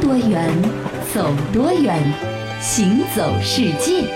多远，走多远，行走世界。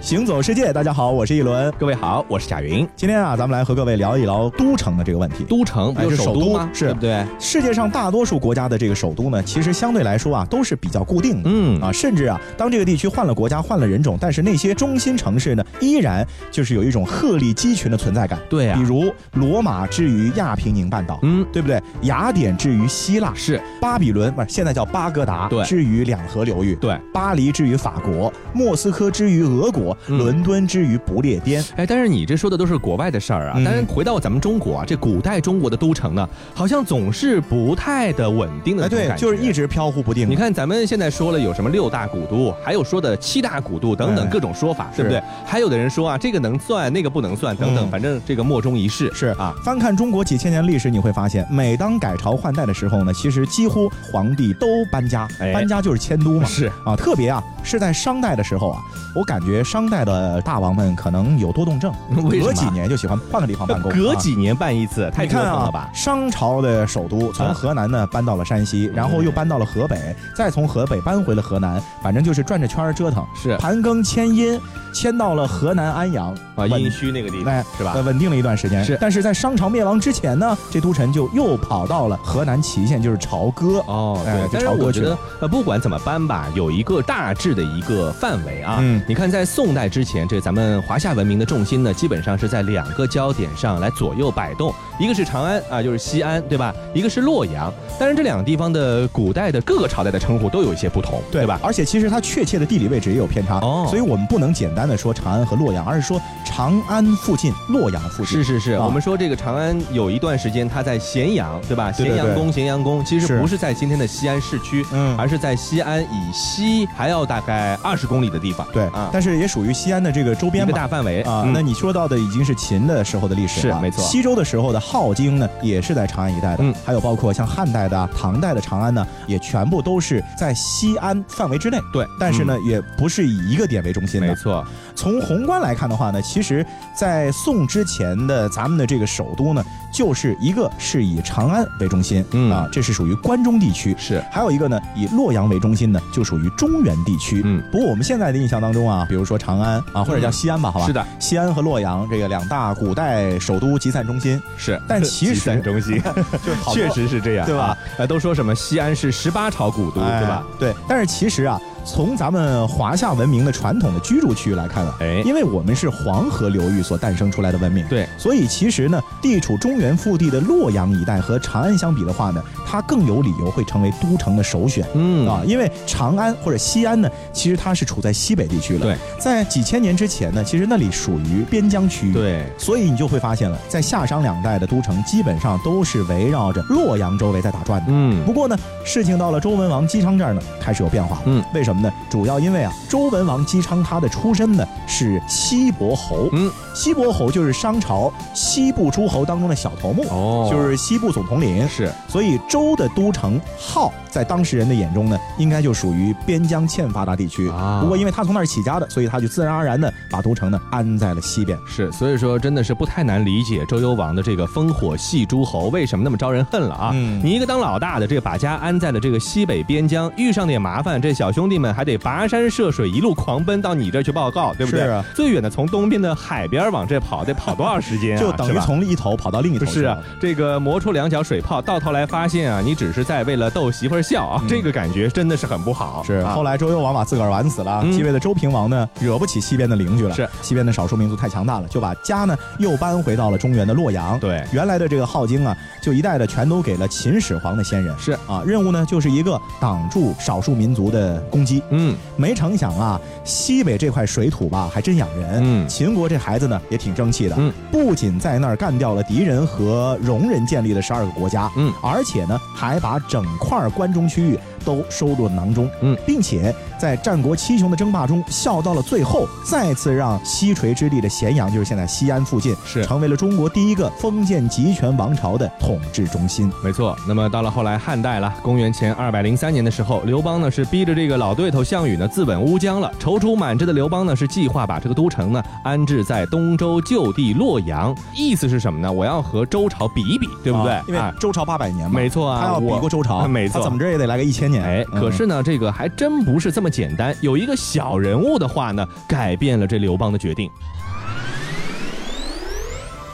行走世界，大家好，我是一轮。各位好，我是贾云。今天啊，咱们来和各位聊一聊都城的这个问题。都城不哎就是首首都都吗？是对不对？世界上大多数国家的这个首都呢，其实相对来说啊，都是比较固定的。嗯啊，甚至啊，当这个地区换了国家、换了人种，但是那些中心城市呢，依然就是有一种鹤立鸡群的存在感。对呀啊比如罗马置于亚平宁半岛，嗯，对不对？雅典置于希腊，是巴比伦不是现在叫巴格达，对置于两河流域，对。巴黎置于法国，莫斯科置于俄国，嗯伦敦置于不列颠。哎，但是你这说的都是国外的事儿啊。嗯但是回到咱们中国啊，这古代中国的都城呢，好像总是不太的稳定的哎，那种对，感觉就是一。直飘忽不定的。你看，咱们现在说了有什么六大古都，还有说的七大古都等哎等各种说法，是对不对？还有的人说啊，这个能算，那个不能算，等等，嗯反正这个莫衷一是。是啊，翻看中国几千年历史，你会发现，每当改朝换代的时候呢，其实几乎皇帝都搬家，哎搬家就是迁都嘛。是啊，特别啊，是在商代的时候啊，我感觉商代的大王们可能有多动症， 为什么隔几年就喜欢换个地方办公。 隔啊几年办一次，太你折看腾了啊吧，？商朝的首都从啊河南呢搬到了山嗯西，然后又搬到了河北，再从河北搬回了河南，反正就是转着圈儿折腾。是盘庚迁殷，迁到了河南安阳啊，稳殷墟那个地方哎，是吧呃，？稳定了一段时间。是但是在商朝灭亡之前呢，这都城就又跑到了河南祁县，就是朝歌。哦，哎对，就但是朝歌我去觉得呃，不管怎么搬吧，有一个大致的一个范围啊。嗯你看，在宋代之前，这咱们华夏文明的重心呢，基本上是在两个焦点上来左右摆动，一个是长安啊，就是西安，对吧？一个是洛阳。当然，这两个地方的古代的各个朝代的称呼都有一些不同，对吧？而且其实它确切的地理位置也有偏差，哦所以我们不能简单的说长安和洛阳，而是说长安附近、洛阳附近。是是是，啊我们说这个长安有一段时间，它在咸阳，对吧？对对咸阳宫，咸阳宫其是实不是在今天的西安市区，嗯而是在西安以西还要大概二十公里的地方。对，啊，但是也属于西安的这个周一边个吧。大范围啊，嗯那你说到的已经是秦的时候的历史了，是没错西周的时候的镐京呢，也是在长安一带的，嗯还有包括像汉代的啊、唐代的长安呢，也全部都是在西安范围之内。对，但是呢，也不是以一个点为中心嗯，的没。错，从宏观来看的话呢，其实，在宋之前的咱们的这个首都呢，就是一个是以长安为中心，嗯啊，这是属于关中地区；是还有一个呢，以洛阳为中心呢，就属于中原地区。嗯，不过我们现在的印象当中啊，比如说长安啊，或者叫西安吧，好吧，是，的，西安和洛阳这个两大古代首都集散中心，是。 但其实集散中心就 好多确实是这样，对吧啊？呃，都说什么西安是十八朝古都，哎对吧？？对，但是其实啊，从咱们华夏文明的传统的居住区域来看啊，哎，因为我们是黄河流域所诞生出来的文明，对，所以其实呢，地处中原腹地的洛阳一带和长安相比的话呢，它更有理由会成为都城的首选。嗯啊，，因为长安或者西安呢，其实它是处在西北地区了。对，在几千年之前呢，其实那里属于边疆区域。，对，所以你就会发现了，在夏商两代的都城基本上都是围绕着洛阳周围在打转的。嗯不，过呢，事情到了周文王姬昌这儿呢，开始有变化了。嗯，为什么呢？主要因为啊，周文王姬昌他的出身呢是西伯侯。嗯，西伯侯就是商朝西部诸侯当中的小头目，哦，就是西部总统领。是所以周的都城镐，在当时人的眼中呢，应该就属于边疆欠发达地区。啊不过因为他从那儿起家的，所以他就自然而然的把都城呢安在了西边。是，所以说真的是不太难理解周幽王的这个烽火戏诸侯为什么那么招人恨了啊！嗯你一个当老大的，这个把家安在了这个西北边疆，遇上点麻烦，这小兄弟们还得跋山涉水，一路狂奔到你这儿去报告，对不对？是啊最远的从东边的海边往这跑，得跑多少时间啊？就等是于吧从一头跑到另一头不去是了。啊，这个磨出两脚水泡，到头来发现啊，你只是在为了逗媳妇儿笑啊，这个感觉真的是很不好。嗯是，啊后来周幽王把自个儿玩死了，嗯继位的周平王呢，惹不起西边的邻居了，是西边的少数民族太强大了，就把家呢又搬回到了中原的洛阳。对原来的这个镐京啊，就一代的全都给了秦始皇的先人。是啊，任务呢就是一个挡住少数民族的攻击。嗯，没成想啊，西北这块水土吧，还真养人。嗯秦国这孩子呢也挺争气的，嗯不仅在那儿干掉了敌人和戎人建立的十二个国家，嗯而且呢还把整块关中区域都收入了囊中，嗯，并且在战国七雄的争霸中笑到了最后，再次让西陲之地的咸阳，就是现在西安附近，是成为了中国第一个封建集权王朝的统治中心。没错，那么到了后来汉代了，公元前二百零三年的时候，刘邦呢是逼着这个老对头项羽呢自刎乌江了。踌躇满志的刘邦呢是计划把这个都城呢安置在东周旧地洛阳，意思是什么呢？我要和周朝比一比，对不对？嗯啊因为哎周朝八百年嘛，没错错啊，他要比我过周朝， 没错他怎么着也得来个一千年。哎，嗯可是呢，这个还真不是这么简单。有一个小人物的话呢，改变了这刘邦的决定。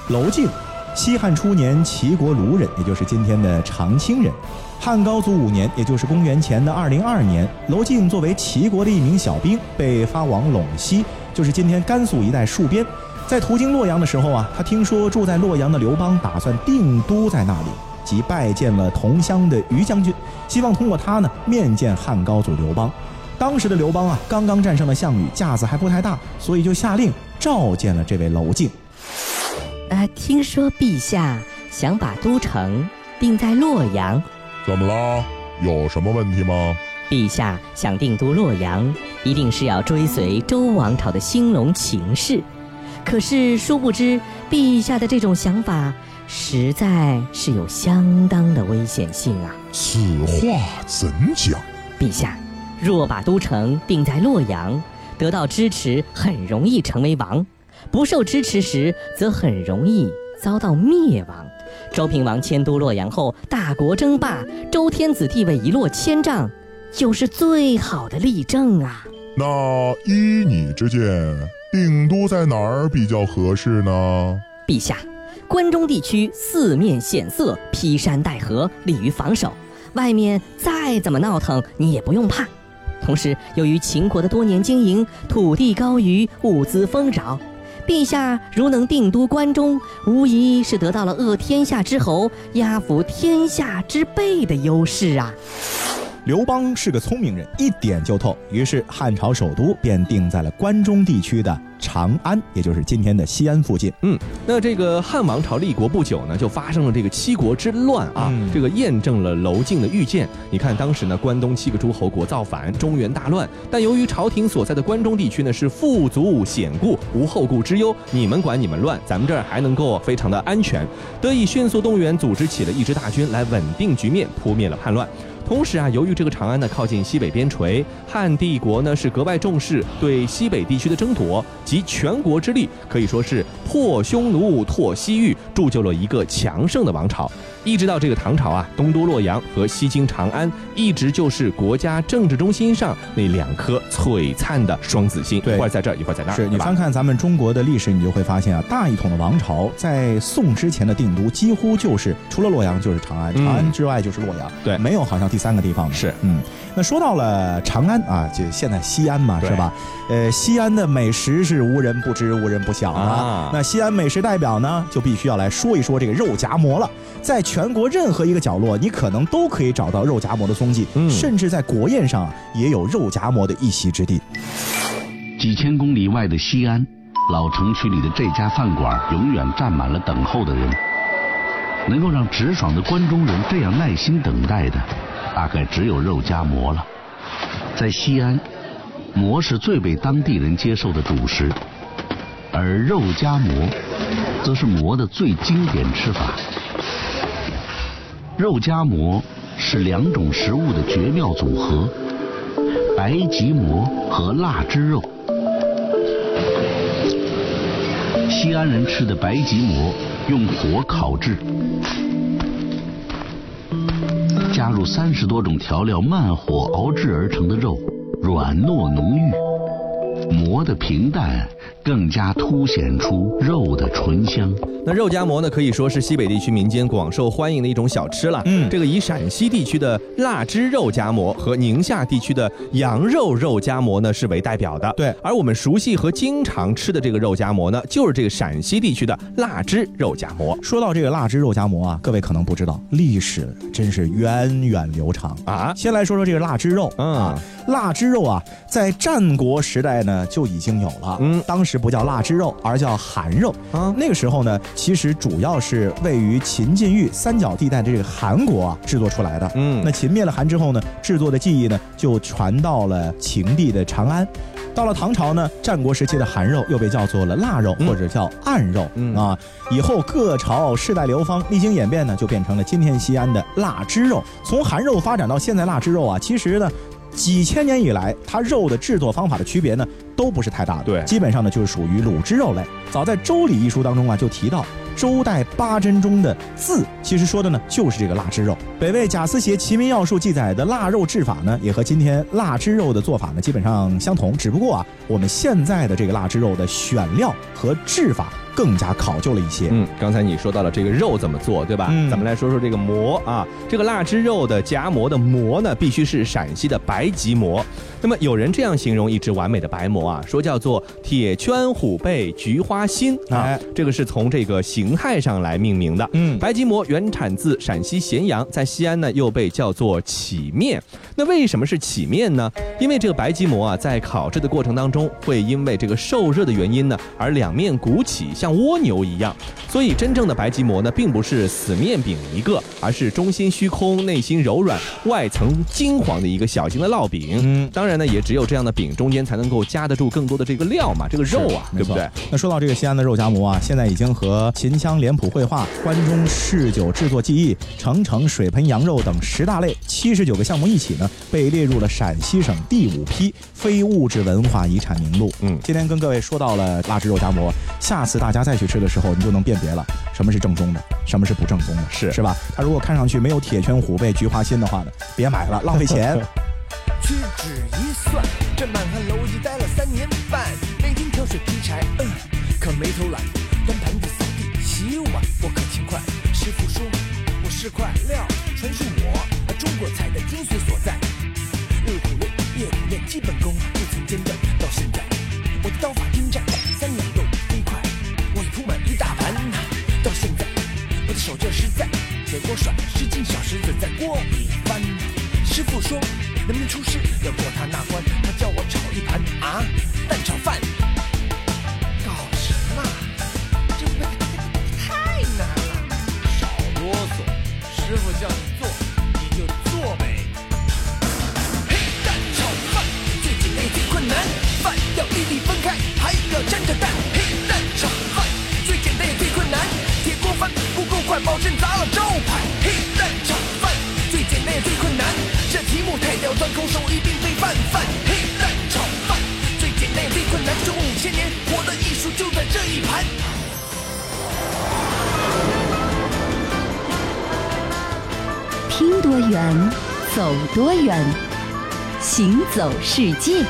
娄敬，西汉初年齐国卢人，也就是今天的长清人。汉高祖五年，也就是公元前的二零二年，娄敬作为齐国的一名小兵，被发往陇西，就是今天甘肃一带戍边。在途经洛阳的时候啊，他听说住在洛阳的刘邦打算定都在那里，即拜见了同乡的于将军，希望通过他呢面见汉高祖刘邦。当时的刘邦啊，刚刚战胜了项羽，架子还不太大，所以就下令召见了这位娄敬。呃，听说陛下想把都城定在洛阳，怎么啦？有什么问题吗？陛下想定都洛阳，一定是要追随周王朝的兴隆情势。可是殊不知，陛下的这种想法实在是有相当的危险性啊！此话怎讲？陛下，若把都城定在洛阳，得到支持很容易成为王；不受支持时，则很容易遭到灭亡。周平王迁都洛阳后，大国争霸，周天子地位一落千丈，就是最好的例证啊！那依你之见，定都在哪儿比较合适呢？陛下，关中地区四面险塞，披山带河，利于防守。外面再怎么闹腾，你也不用怕。同时，由于秦国的多年经营，土地高于物资丰饶，陛下如能定都关中，无疑是得到了扼天下之侯、压服天下之辈的优势啊！刘邦是个聪明人，一点就透。于是汉朝首都便定在了关中地区的长安，也就是今天的西安附近。那这个汉王朝立国不久呢，就发生了这个七国之乱啊，嗯这个验证了娄敬的预见。你看当时呢，关东七个诸侯国造反，中原大乱。但由于朝廷所在的关中地区呢是富足险固，无后顾之忧，你们管你们乱，咱们这儿还能够非常的安全，得以迅速动员组织起了一支大军来稳定局面，扑灭了叛乱。同时啊，由于这个长安呢靠近西北边陲，汉帝国呢是格外重视对西北地区的争夺，集全国之力，可以说是破匈奴、拓西域，铸就了一个强盛的王朝。一直到这个唐朝啊，东都洛阳和西京长安，一直就是国家政治中心上那两颗璀璨的双子星，对一会儿在这儿，一会儿在那儿，是你对吧翻看咱们中国的历史，你就会发现啊，大一统的王朝在宋之前的定都几乎就是除了洛阳就是长安，嗯长安之外就是洛阳，对没有好像第三个地方的。是，嗯。那说到了长安啊，就现在西安嘛，对是吧？呃，西安的美食是无人不知、无人不晓啊啊。那西安美食代表呢，就必须要来说一说这个肉夹馍了。在全国任何一个角落，你可能都可以找到肉夹馍的踪迹，嗯甚至在国宴上啊，也有肉夹馍的一席之地。几千公里外的西安，老城区里的这家饭馆永远站满了等候的人。能够让直爽的关中人这样耐心等待的，大概只有肉夹馍了。在西安，馍是最被当地人接受的主食，而肉夹馍，则是馍的最经典吃法。肉夹馍是两种食物的绝妙组合，白吉馍和腊汁肉。西安人吃的白吉馍用火烤制，加入三十多种调料慢火熬制而成的肉，软糯浓郁，馍的平淡更加凸显出肉的醇香。那肉夹馍呢，可以说是西北地区民间广受欢迎的一种小吃了。嗯这个以陕西地区的腊汁肉夹馍和宁夏地区的羊肉肉夹馍呢是为代表的。对而我们熟悉和经常吃的这个肉夹馍呢，就是这个陕西地区的腊汁肉夹馍说到这个腊汁肉夹馍啊，各位可能不知道，历史真是源远流长。啊。先来说说这个腊汁肉，嗯，腊汁肉啊，在战国时代呢就已经有了，嗯当时不叫腊汁肉，而叫韩肉。啊那个时候呢，其实主要是位于秦晋豫三角地带的这个韩国啊制作出来的。嗯那秦灭了韩之后呢，制作的技艺呢就传到了秦地的长安。到了唐朝呢，战国时期的韩肉又被叫做了腊肉，嗯或者叫暗肉、嗯啊。以后各朝世代流芳，历经演变呢，就变成了今天西安的嗯腊汁肉。嗯从韩肉发展到现在腊汁肉啊，其实呢，几千年以来，它肉的制作方法的区别呢，都不是太大的。对基本上呢就是属于卤汁肉类。早在《周礼》一书当中啊，就提到周代八珍中的“字”，其实说的呢就是这个腊汁肉。北魏贾思勰《齐民要术》记载的腊肉制法呢，也和今天腊汁肉的做法呢基本上相同，只不过啊，我们现在的这个腊汁肉的选料和制法更加考究了一些。嗯，刚才你说到了这个肉怎么做，对吧？嗯咱们来说说这个馍啊，这个腊汁肉的夹馍的馍呢，必须是陕西的白吉馍。那么有人这样形容一只完美的白馍啊，说叫做铁圈虎背菊花心啊，哎这个是从这个形态上来命名的。嗯白吉馍原产自陕西咸阳，在西安呢又被叫做起面。那为什么是起面呢？因为这个白吉馍啊，在烤制的过程当中，会因为这个受热的原因呢，而两面鼓起，像蜗牛一样。所以真正的白吉馍呢，并不是死面饼一个，而是中心虚空、内心柔软、外层金黄的一个小型的烙饼。嗯当然呢，也只有这样的饼中间才能够夹得住更多的这个料嘛，这个肉啊，没对不错对？？那说到这个西安的肉夹馍啊，现在已经和秦腔脸谱绘画、关中嗜酒制作技艺、澄城水盆羊肉等十大类七十九个项目一起呢，被列入了陕西省第五批非物质文化遗产名录。嗯今天跟各位说到了腊汁肉夹馍，下次大家再去吃的时候，你就能辨别了什么是正宗的，什么是不正宗的，是是吧？它如果看上去没有铁圈虎背菊花心的话呢，别买了，浪费钱。屈指一算，这满汉楼已待了三年半。每天挑水劈柴，嗯，可没偷懒。端盘子、扫地、洗碗，我可勤快。师傅说我是块料，传授我中国菜的精髓所在。日苦练，夜苦练，基本功不曾间断。到现在，我的刀法精湛，三两肉飞快，我已铺满一大盘。到现在，我的手劲儿实在，铁锅甩，十斤小石子在锅里翻。师傅说，人民厨师要过他那关，他叫我炒一盘啊蛋炒饭。搞什么？这味太难了！少啰嗦，师傅叫你做，你就做呗。嘿，蛋炒饭最简单也最困难，饭要粒粒分开，还要沾着蛋。嘿，蛋炒饭最简单也最困难，铁锅翻不够快，保证砸了招牌。嘿，蛋炒饭最简单也最困难，这题目太刁钻，空手一定被拌饭。嘿，蛋炒饭最简单也最困难，这五千年我的艺术就在这一盘。听多远，走多远，行走世界。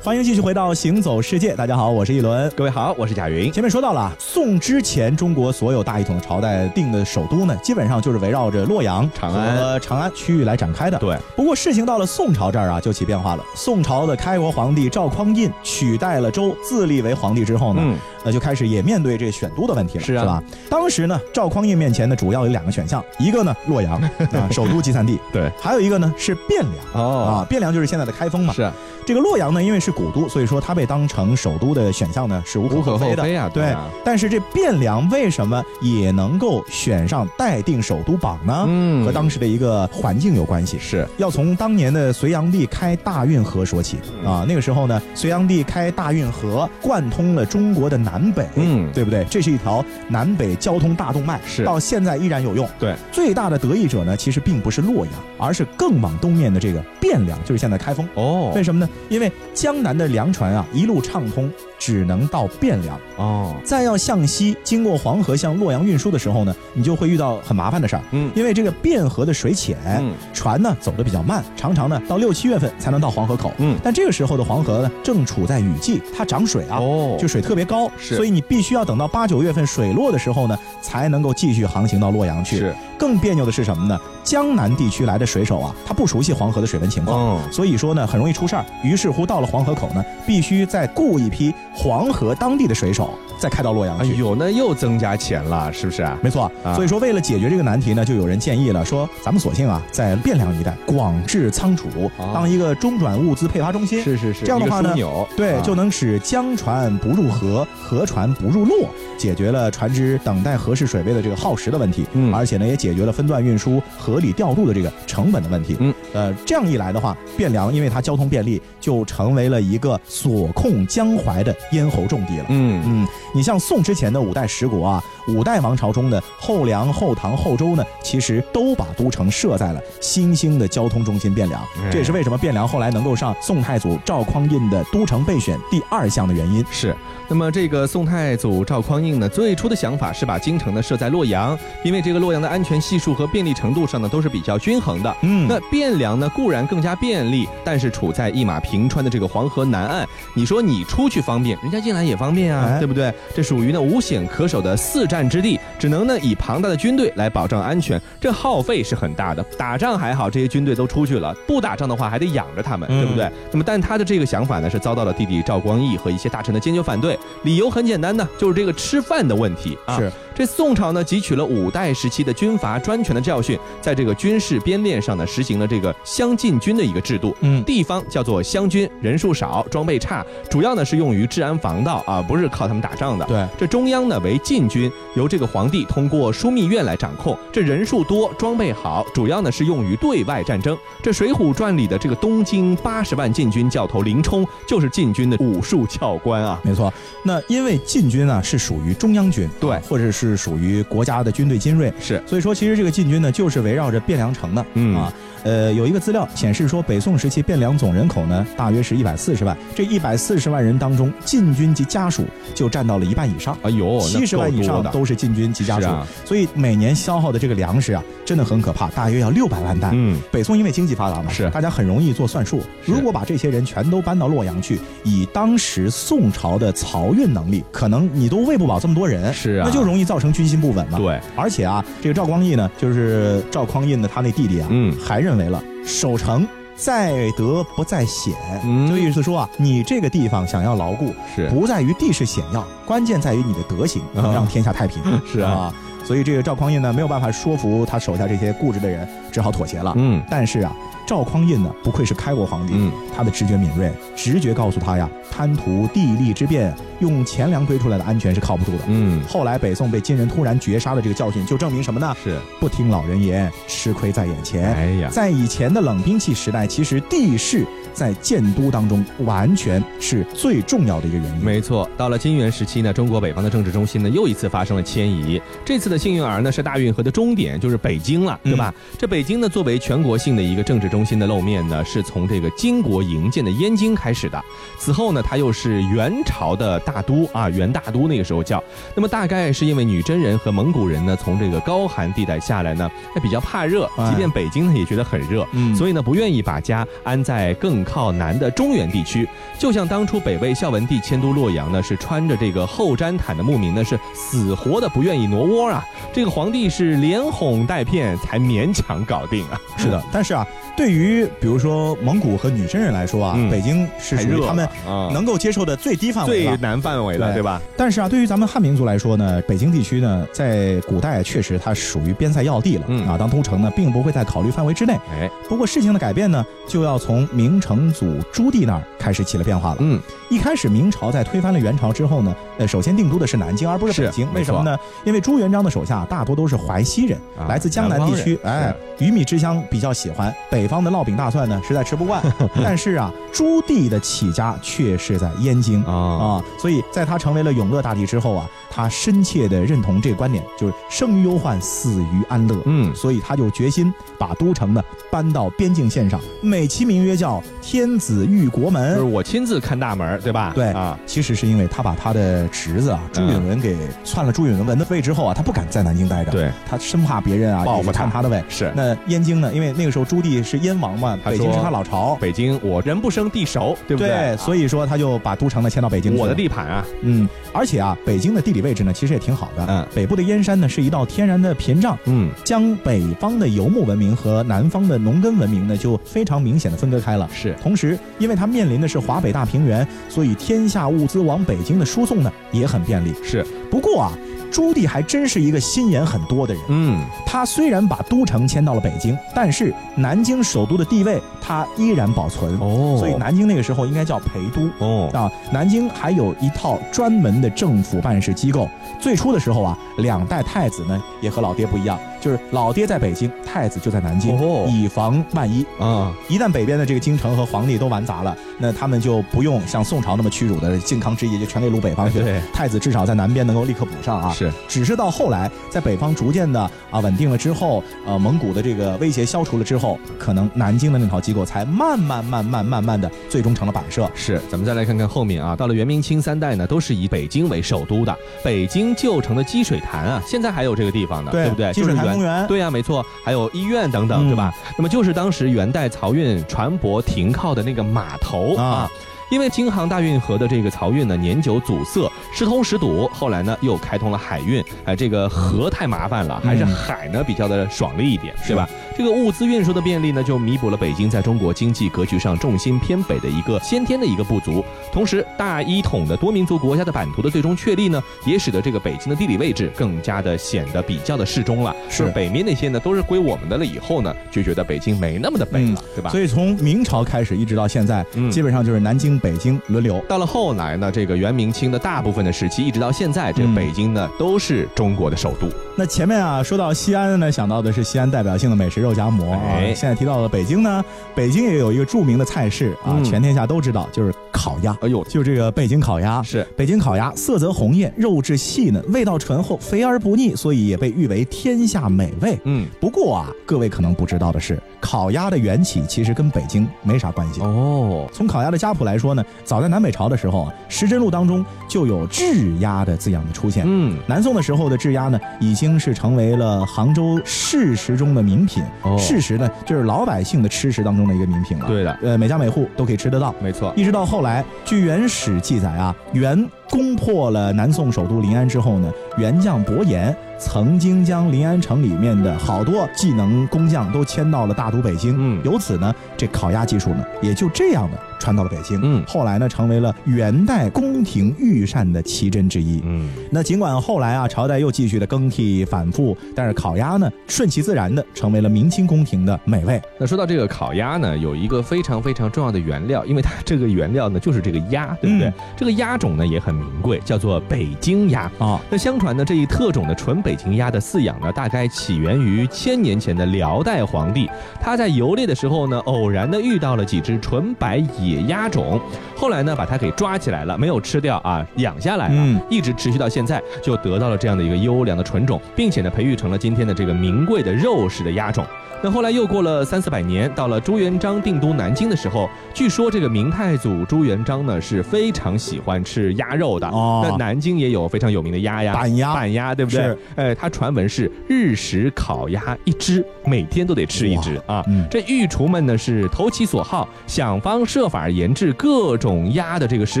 欢迎继续回到《行走世界》，大家好，我是一轮。各位好，我是贾云。前面说到了啊，宋之前中国所有大一统的朝代定的首都呢，基本上就是围绕着洛阳、长安和长安区域来展开的。对，不过事情到了宋朝这儿啊，就起变化了。宋朝的开国皇帝赵匡胤取代了周，自立为皇帝之后呢，嗯呃，就开始也面对这选都的问题了，是啊吧？当时呢，赵匡胤面前呢，主要有两个选项，一个呢洛 阳啊，首都集散地，对，还有一个呢是汴梁。哦，啊，汴梁就是现在的开封嘛。是啊这个洛阳呢，因为是古都，所以说它被当成首都的选项呢是无无可厚厚的。非啊，对啊，但是这汴梁为什么也能够选上待定首都榜呢？嗯啊和当时的一个环境有关系。是要从当年的隋炀帝开大运河说起嗯啊，那个时候呢，隋炀帝开大运河贯通了中国的南北，嗯对不对？这是一条南北交通大动脉，是到现在依然有用。对，最大的得益者呢，其实并不是洛阳，而是更往东面的这个汴梁，就是现在开封。哦为什么呢？因为江南的粮船啊，一路畅通，只能到汴梁。哦，再要向西，经过黄河向洛阳运输的时候呢，你就会遇到很麻烦的事儿。嗯因为这个汴河的水浅，嗯船呢走得比较慢，常常呢到六七月份才能到黄河口。嗯但这个时候的黄河呢，正处在雨季，它涨水啊。哦就水特别高，是所以你必须要等到八九月份水落的时候呢，才能够继续航行到洛阳去。是，更别扭的是什么呢？江南地区来的水手啊，他不熟悉黄河的水文情况，哦，所以说呢，很容易出事儿。于是乎，到了黄河口呢，必须再雇一批黄河当地的水手，再开到洛阳哎去。呦，那又增加钱了，是不是啊？没错啊，所以说为了解决这个难题呢，就有人建议了，说咱们索性啊，在汴梁一带广置仓储哦，当一个中转物资配发中心。是是是，这样的话呢一个枢纽对啊，就能使江船不入河，河船不入洛，解决了船只等待合适水位的这个耗时的问题，嗯而且呢，也解决了分段运输、合理调度的这个成本的问题，嗯，呃，这样一来的话，汴梁因为它交通便利，就成为了一个所控江淮的咽喉重地了。嗯嗯，你像宋之前的五代十国啊，五代王朝中的后梁、后唐、后周呢，其实都把都城设在了新兴的交通中心汴梁。哎这也是为什么汴梁后来能够上宋太祖赵匡胤的都城备选第二项的原因。是，那么这个宋太祖赵匡胤呢，最初的想法是把京城呢设在洛阳，因为这个洛阳的安全系数和便利程度上呢都是比较均衡的。嗯那汴梁呢固然更加便利，但是处在一马平川的这个黄河南岸，你说你出去方便，人家进来也方便啊，哎对不对？这属于呢无险可守的四战之地，只能呢以庞大的军队来保障安全，这耗费是很大的。打仗还好，这些军队都出去了；不打仗的话，还得养着他们，嗯对不对？那么，但他的这个想法呢，是遭到了弟弟赵光义和一些大臣的坚决反对，理由很简单呢，就是这个吃饭的问题啊。是这宋朝呢，汲取了五代时期的军阀专权的教训，在这个军事编练上呢，实行了这个乡禁军的一个制度。嗯地方叫做乡军，人数少，装备差，主要呢是用于治安防盗啊，不是靠他们打仗的。对，这中央呢为禁军，由这个皇帝通过枢密院来掌控。这人数多，装备好，主要呢是用于对外战争。这《水浒传》里的这个东京八十万禁军教头林冲，就是禁军的武术教官啊。没错，那因为禁军啊是属于中央军，对或者是属于国家的军队精锐，是，所以说其实这个禁军呢就是围绕着汴梁城的，嗯啊，呃，有一个资料显示说，北宋时期汴梁总人口呢大约是一百四十万，这一百四十万人当中，禁军及家属就占到了一半以上。哎呦，七十万以上的。都是禁军及家是属，啊所以每年消耗的这个粮食啊，真的很可怕，大约要六百万担。嗯，北宋因为经济发达嘛，是大家很容易做算术。是如果把这些人全都搬到洛阳去，以当时宋朝的漕运能力，可能你都喂不饱这么多人，是啊那就容易造成军心不稳嘛。，对，而且啊，这个赵光义呢，就是赵匡胤的他那弟弟啊，嗯还认为了守城。在德不在险，嗯就意思说啊，你这个地方想要牢固，是啊不在于地势险要，关键在于你的德行，能让天下太平。 是啊所以这个赵匡胤呢，没有办法说服他手下这些固执的人，只好妥协了。嗯但是啊，赵匡胤呢，不愧是开国皇帝，嗯他的直觉敏锐，直觉告诉他呀，贪图地利之便，用钱粮堆出来的安全是靠不住的。嗯，后来北宋被金人突然绝杀的这个教训，就证明什么呢？是，不听老人言，吃亏在眼前。哎呀，在以前的冷兵器时代，其实地势在建都当中完全是最重要的一个原因。没错，到了金元时期呢，中国北方的政治中心呢又一次发生了迁移。这次的幸运儿呢是大运河的终点，就是北京了，对吧？嗯这北京呢作为全国性的一个政治中心的露面呢，是从这个金国营建的燕京开始的。此后呢，它又是元朝的大都啊，元大都那个时候叫。那么大概是因为女真人和蒙古人呢从这个高寒地带下来呢，那比较怕热，哎即便北京呢也觉得很热，嗯所以呢不愿意把家安在更靠南的中原地区。就像当初北魏孝文帝迁都洛阳呢，是穿着这个厚毡毯的牧民呢，是死活的不愿意挪窝啊。这个皇帝是连哄带骗才勉强搞定啊。是的，但是啊，对于比如说蒙古和女真人来说啊，嗯北京是 太属于热他们啊能够接受的最低范围最了。难范围了，对对吧？但是啊，对于咱们汉民族来说呢，北京地区呢，在古代确实它属于边塞要地了、嗯啊，当都城呢，并不会在考虑范围之内。哎，不过事情的改变呢，就要从明成祖朱棣那儿开始起了变化了。嗯，一开始明朝在推翻了元朝之后呢，呃，首先定都的是南京，而不是北京。是为什么呢？因为朱元璋的手下大多都是淮西人，啊来自江南地区，南方人哎，鱼米之乡比较喜欢。北方的烙饼大蒜呢，实在吃不惯。但是啊，朱棣的起家却是在燕京。啊，啊，所以在他成为了永乐大帝之后啊，他深切地认同这个观点，就是生于忧患，死于安乐。嗯所以他就决心把都城呢搬到边境线上，美其名曰叫天子御国门。就是我亲自看大门儿，对吧？对啊，其实是因为他把他的侄子啊朱允文给篡了朱允文的位之后啊，他不敢在南京待着，对，他生怕别人啊报复也他篡他的位。是。那燕京呢？因为那个时候朱棣是燕王嘛，他北京说是他老巢，北京，我人不生地熟，对不对？所以说他就把都城呢迁到北京去了。我的地盘啊，嗯，而且啊，北京的地理位置呢，其实也挺好的。嗯北部的燕山呢，是一道天然的屏障，嗯，将北方的游牧文明和南方的农耕文明呢，就非常明显的分割开了。是同时，因为它面临的是华北大平原，所以天下物资往北京的输送呢，也很便利。是，不过啊，朱棣还真是一个心眼很多的人。嗯，他虽然把都城迁到了北京，但是南京首都的地位他依然保存。哦所以南京那个时候应该叫陪都。哦，啊，南京还有一套专门的政府办事机构。最初的时候啊，两代太子呢也和老爹不一样，就是老爹在北京，太子就在南京，哦以防万一。啊，一旦北边的这个京城和皇帝都玩砸了，那他们就不用像宋朝那么屈辱的靖康之役就全给掳北方去了。哎对太子至少在南边能够立刻补上啊。是，只是到后来，在北方逐渐的啊稳定了之后，呃，蒙古的这个威胁消除了之后，可能南京的那套机构才慢慢慢慢慢慢的最终成了摆设。是，咱们再来看看后面啊，到了元明清三代呢，都是以北京为首都的。北京旧城的积水潭啊，现在还有这个地方呢，不对？积水就是潭公园。对啊，没错，还有医院等等，对吧？那么就是当时元代漕运船舶停靠的那个码头啊。啊因为京杭大运河的这个漕运呢，年久阻塞，时通时堵，后来呢又开通了海运。哎，这个河太麻烦了，还是嗯海呢比较的爽利一点，对吧？这个物资运输的便利呢，就弥补了北京在中国经济格局上重心偏北的一个先天的一个不足。同时，大一统的多民族国家的版图的最终确立呢，也使得这个北京的地理位置更加的显得比较的适中了。是就北面那些呢，都是归我们的了，以后呢，就觉得北京没那么的北了，对吧？所以从明朝开始一直到现在，嗯基本上就是南京、北京轮流。到了后来呢，这个元明清的大部分的时期，一直到现在，这个嗯北京呢、都是中国的首都。那前面啊，说到西安呢，想到的是西安代表性的美食肉夹馍啊。哎现在提到了北京呢，北京也有一个著名的菜式啊，嗯全天下都知道，就是烤鸭，哎呦，就这个北京烤鸭。是北京烤鸭色泽红艳，肉质细嫩，味道醇厚，肥而不腻，所以也被誉为天下美味。嗯，不过啊，各位可能不知道的是，烤鸭的缘起其实跟北京没啥关系。哦，从烤鸭的家谱来说呢，早在南北朝的时候啊，《时珍录》当中就有“炙鸭”的字样的出现。嗯，南宋的时候的制鸭呢，已经是成为了杭州市食中的名品。哦市食呢，就是老百姓的吃食当中的一个名品了。，对的，呃，每家每户都可以吃得到。没错。一直到后来，据《元史》记载啊，元攻破了南宋首都临安之后呢，元将伯颜曾经将临安城里面的好多技能工匠都迁到了大都北京。嗯由此呢，这烤鸭技术呢，也就这样的传到了北京。嗯后来呢，成为了元代宫廷御膳的奇珍之一。嗯，那尽管后来啊，朝代又继续的更替反复，但是烤鸭呢，顺其自然的成为了明清宫廷的美味。那说到这个烤鸭呢，有一个非常非常重要的原料，因为它 这个原料呢就是这个鸭，对不对？嗯这个鸭种呢也很名贵，叫做北京鸭。啊，那相传呢，这一特种的纯北京鸭的饲养呢，大概起源于千年前的辽代皇帝。他在游猎的时候呢，偶然的遇到了几只纯白野鸭种，后来呢，把它给抓起来了，没有吃掉啊，养下来了，嗯一直持续到现在，就得到了这样的一个优良的纯种，并且呢，培育成了今天的这个名贵的肉食的鸭种。那后来又过了三四百年，到了朱元璋定都南京的时候，据说这个明太祖朱元璋呢是非常喜欢吃鸭肉的。哦那南京也有非常有名的鸭呀，板鸭板鸭对不对是？哎，它传闻是日食烤鸭一只，每天都得吃一只啊。嗯这御厨们呢是投其所好，想方设法研制各种鸭的这个食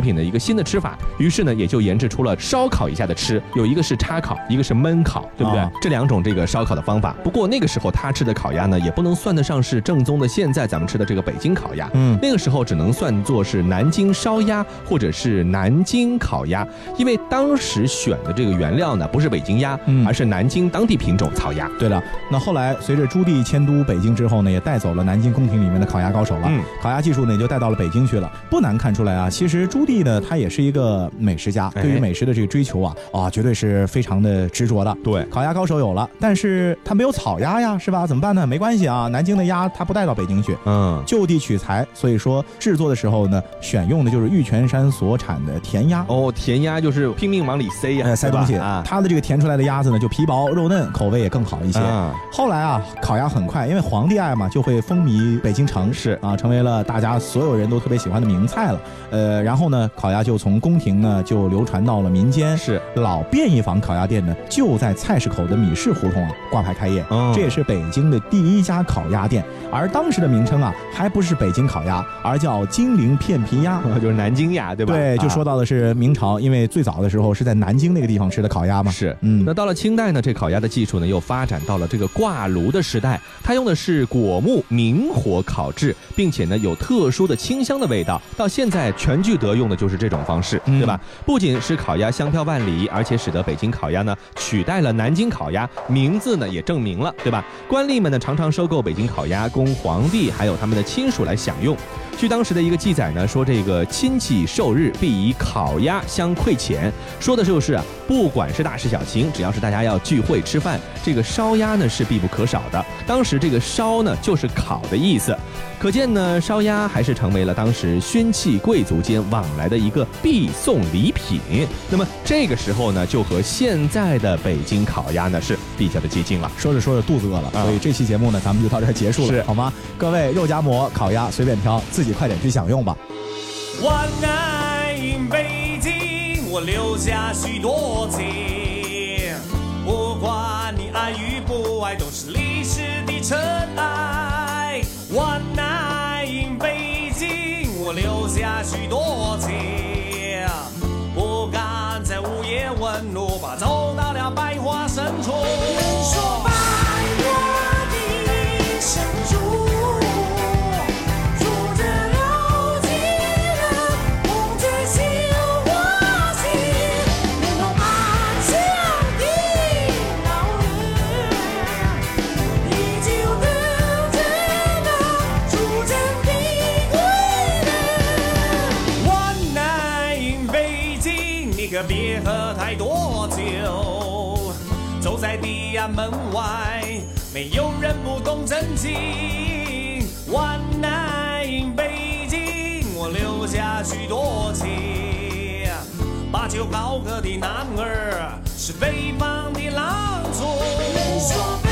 品的一个新的吃法，于是呢也就研制出了烧烤一下的吃，有一个是叉烤，一个是焖烤，对不对？啊这两种这个烧烤的方法。不过那个时候他吃的烤鸭呢，也不能算得上是正宗的现在咱们吃的这个北京烤鸭，嗯那个时候只能算作是南京烧鸭或者是南京烤鸭，因为当时选的这个原料呢不是北京鸭，嗯而是南京当地品种草鸭。对了，那后来随着朱棣迁都北京之后呢，也带走了南京宫廷里面的烤鸭高手了，嗯烤鸭技术呢也就带到了北京去了。不难看出来啊，其实朱棣呢他也是一个美食家，哎对于美食的这个追求啊啊绝对是非常的执着的。对烤鸭高手有了，但是他没有草鸭呀，是吧？怎么办呢？没关系啊，南京的鸭他不带到北京去，嗯，就地取材，所以说制作的时候呢，选用的就是玉泉山所产的甜鸭。哦，甜鸭就是拼命往里塞呀，呃，塞东西对吧啊，它的这个甜出来的鸭子呢，就皮薄肉嫩，口味也更好一些。啊后来啊，烤鸭很快，因为皇帝爱嘛，就会风靡北京城，是啊，成为了大家所有人都特别喜欢的名菜了。呃，然后呢，烤鸭就从宫廷呢就流传到了民间。是老便宜坊烤鸭店呢，就在菜市口的米市胡同啊挂牌开业，哦这也是北京的第一家烤鸭店。而当时的名称啊，还不是北京烤鸭，而叫金陵片皮鸭。 就是南京鸭， 对吧？对，就说啊到的是明朝，因为最早的时候是在南京那个地方吃的烤鸭嘛。是。嗯那，到了清代呢，这烤鸭的技术呢又发展到了这个挂炉的时代，它用的是果木明火烤制，并且呢有特殊的清香的味道。到现在全聚德用的就是这种方式，嗯对吧？不仅是烤鸭香飘万里，而且使得北京烤鸭呢取代了南京烤鸭，名字呢也证明了，对吧？官吏们呢常常收购北京烤鸭，供皇帝还有他们的亲属来享用。据当时的一个记载呢，说这个亲戚寿日必以烤鸭相馈钱，说的就是啊，不管是大事小情，只要是大家要聚会吃饭，这个烧鸭呢是必不可少的。当时这个烧呢就是烤的意思，可见呢烧鸭还是成为了当时宣戚贵族间往来的一个必送礼品。那么这个时候呢，就和现在的北京烤鸭呢是比较的接近了。说着说着肚子饿了，啊所以这期节目呢，咱们就到这儿结束是了，好吗？各位肉夹馍、烤鸭随便挑，自己快点去享用吧。晚安，北京，我留下许多情。不管你爱与不爱，都是历史的尘埃。晚安，北京，我留下许多情。不敢在午夜问路，怕走到了百花深处。说百花的深处。住着柔情人，红着绣花心，流浪漫香的老人，依旧等着那出征的归人。晚安，北京，你可别喝太多酒。走在地安门外，没有人不懂真情。晚安，北京，我留下许多情。把酒高歌的男儿，是北方的浪子。说。